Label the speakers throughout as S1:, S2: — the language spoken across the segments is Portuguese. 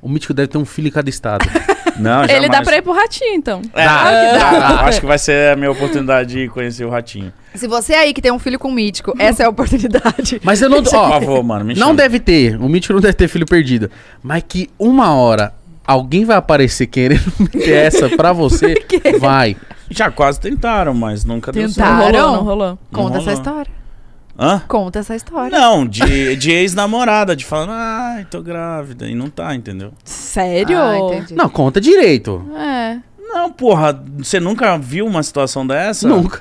S1: O Mítico deve ter um filho em cada estado.
S2: Não, jamais.
S3: Ele dá pra ir pro ratinho, então.
S2: É, dá, dá. Acho que vai ser a minha oportunidade de conhecer o Ratinho.
S4: Se você aí que tem um filho com mítico, essa é a oportunidade.
S1: Mas eu não.
S2: Por
S1: Ó,
S2: favor, mano, me
S1: não
S2: chama.
S1: deve ter. O Mítico não deve ter filho perdido. Mas que uma hora alguém vai aparecer querendo meter essa pra você. Vai.
S2: Já quase tentaram, mas nunca
S4: Tentaram?
S3: Não
S2: deu certo.
S3: rolou, não rolou.
S4: Conta
S2: Não,
S4: essa
S2: não.
S4: história.
S2: Hã?
S4: Conta essa história.
S2: Não, de, de ex-namorada, de falando, ai, tô grávida, e não tá, entendeu?
S3: Sério?
S4: Ah, entendi.
S1: Não, conta direito.
S3: É.
S2: Não, porra, você nunca viu uma situação dessa?
S1: Nunca.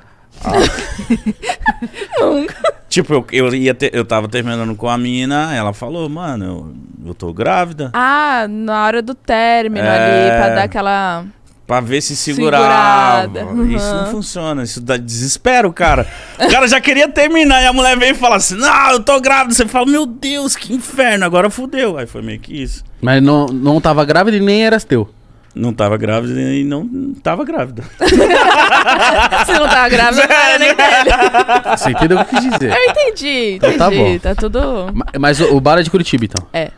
S2: Tipo, eu, eu, ia ter- eu tava terminando com a mina, ela falou, mano, eu, eu tô grávida.
S3: Ah, na hora do término
S2: É.
S3: ali, pra dar aquela.
S2: Pra ver se segurava.
S3: Segurada, uhum.
S2: Isso não funciona, isso dá desespero, cara. O cara já queria terminar e a mulher veio e fala assim: Não, eu tô grávida. Você fala: Meu Deus, que inferno, agora fudeu. Aí foi meio que isso.
S1: Mas não, não tava grávida e nem eras teu.
S2: Não tava grávida e não tava grávida.
S3: Você não tava grávida, não
S4: É,
S3: era nem dele.
S1: Você entendeu o que eu quis dizer?
S3: Eu entendi,
S1: Então
S3: entendi.
S1: tá
S3: tá tudo.
S1: Ma- Mas o, o bar é de Curitiba, então.
S3: É.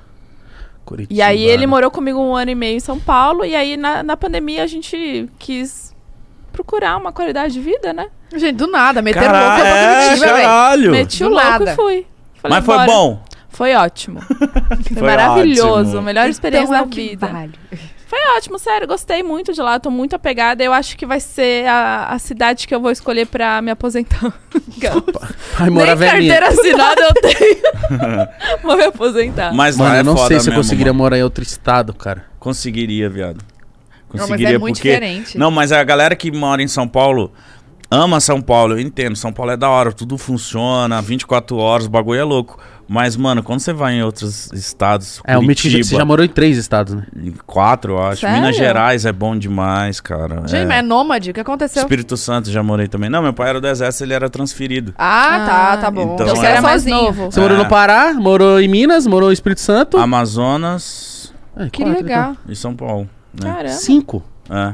S1: Curitiba.
S3: E aí ele
S1: né?
S3: morou comigo um ano e meio em São Paulo, e aí na, na pandemia a gente quis procurar uma qualidade de vida, né?
S4: Gente, do nada, meter louco
S2: Caralho,
S4: é
S2: é,
S4: positivo, velho.
S2: caralho.
S3: Meti o
S4: Do
S3: louco
S4: nada.
S3: e fui. Falei,
S2: Mas foi
S3: "Bora."
S2: bom.
S3: Foi ótimo. Foi,
S2: Foi
S3: maravilhoso.
S2: ótimo.
S3: Melhor experiência
S4: Então é
S3: da
S4: o que
S3: vida.
S4: vale.
S3: Foi ótimo, sério. Gostei muito de lá. Tô muito apegada. Eu acho que vai ser a, a cidade que eu vou escolher pra me aposentar.
S1: Vai morar
S3: Nem
S1: velhinha.
S3: carteira assinada eu tenho. vou me
S4: Ah.
S3: aposentar.
S2: Mas
S1: Mano,
S2: lá é
S1: eu não
S2: foda
S1: sei se eu
S2: mesmo,
S1: conseguiria
S2: mano.
S1: morar em outro estado, cara.
S2: Conseguiria, viado.
S4: Não,
S2: Conseguiria
S4: mas é muito
S2: porque...
S4: diferente.
S2: Não, mas a galera que mora em São Paulo ama São Paulo, eu entendo. São Paulo é da hora, tudo funciona, 24 horas, o bagulho é louco. Mas, mano, quando você vai em outros estados,
S1: É, o Mítico já-
S2: Curitiba,
S1: você já morou em três estados, né?
S2: em quatro, eu acho.
S3: Sério?
S2: Minas Gerais é bom demais, cara.
S4: Gente,
S2: é.
S4: mas é nômade? O que aconteceu?
S2: Espírito Santo já morei também. Não, meu pai era do exército, ele era transferido.
S4: Ah, tá, tá bom.
S2: Então
S3: eu
S2: é.
S3: você era mais
S4: Sozinho.
S3: novo.
S1: Você
S2: É. Ah,
S1: morou no Pará, morou em Minas, morou em Espírito Santo.
S2: Amazonas
S1: É,
S4: Que
S1: quatro,
S4: legal.
S2: e São Paulo. né?
S1: então.
S3: Caramba.
S1: Cinco.
S2: É.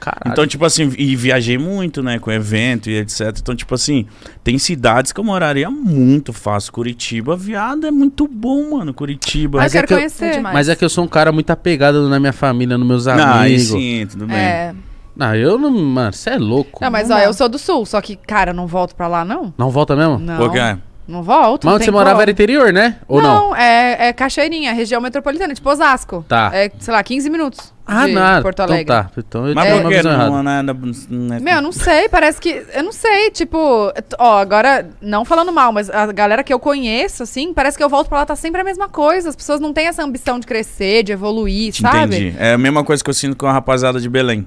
S1: Caralho.
S2: Então, tipo assim, e viajei muito, né, com evento e etc. Então, tipo assim, tem cidades que eu moraria muito fácil. Curitiba, viado, é muito bom, mano. Curitiba.
S4: Mas Ah, eu
S1: é
S4: quero
S1: que eu-
S4: conhecer.
S3: demais.
S1: mas é que eu sou um cara muito apegado na minha família, nos meus
S2: não, Ah, aí
S1: amigos.
S2: sim, tudo bem.
S4: É.
S1: Não, eu não. Mano, você é louco.
S4: Não, mas ó, eu sou do sul, só que, cara, eu não volto pra lá, não.
S1: Não volta mesmo?
S4: Não.
S2: Porque
S4: Não
S1: Mas
S4: volto. não
S1: onde
S4: tem
S1: você morava
S4: como.
S1: era interior, né? Ou não?
S4: é, é Cachoeirinha, região metropolitana, tipo Osasco.
S1: Tá.
S4: É, sei lá, 15 minutos
S1: Ah,
S4: de
S1: nada.
S4: Porto Alegre.
S1: Então tá. Então
S4: É.
S1: eu
S2: Mas
S1: tenho
S2: por
S1: uma
S2: que
S1: visão
S2: não,
S1: errada.
S2: nada- não é-
S4: Meu, não sei, parece que. Eu não sei, tipo. Ó, agora, não falando mal, mas a galera que eu conheço, assim, parece que eu volto pra lá, tá sempre a mesma coisa. As pessoas não têm essa ambição de crescer, de evoluir,
S2: Te
S4: sabe?
S2: Entendi. É a mesma coisa que eu sinto com a rapaziada de Belém.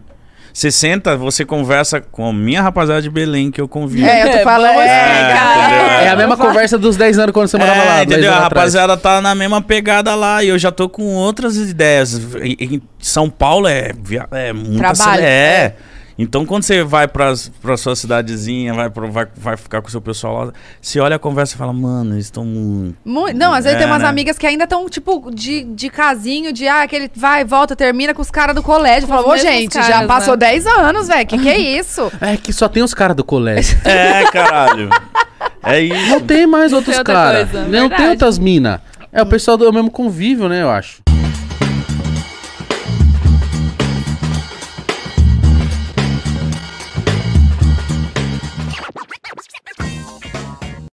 S2: Você senta, você conversa com a minha rapaziada de Belém que eu convido.
S4: É, eu tô
S3: É,
S4: falando.
S3: vamos
S4: É,
S3: explicar.
S4: cara.
S2: entendeu?
S1: É a mesma conversa dos 10 anos quando você morava
S2: É,
S1: lá. 10
S2: entendeu? A
S1: anos atrás.
S2: rapaziada tá na mesma pegada lá e eu já tô com outras ideias. Em, em São Paulo é, via- é muito
S4: Trabalho,
S2: acele- É.
S4: é.
S2: Então quando você vai pras, pra sua cidadezinha, vai, pro- vai, vai ficar com o seu pessoal lá, você olha a conversa e fala, mano, eles estão muito.
S4: Mu- Não, às vezes
S2: É,
S4: tem umas
S2: né?
S4: amigas que ainda estão, tipo, de, de casinho, de ah, aquele vai, volta, termina com os caras do colégio.
S3: Com
S4: Fala,
S3: os
S4: ô,
S3: mesmos
S4: gente,
S3: caras,
S4: já
S3: né?
S4: passou 10 anos, velho. Que que é isso?
S1: É que só tem os caras do colégio.
S2: É, caralho. é isso.
S1: Não tem mais outros
S3: outra
S1: caras.
S3: coisa,
S1: Não
S3: verdade.
S1: tem outras minas. É o pessoal do mesmo é convívio, né, eu acho.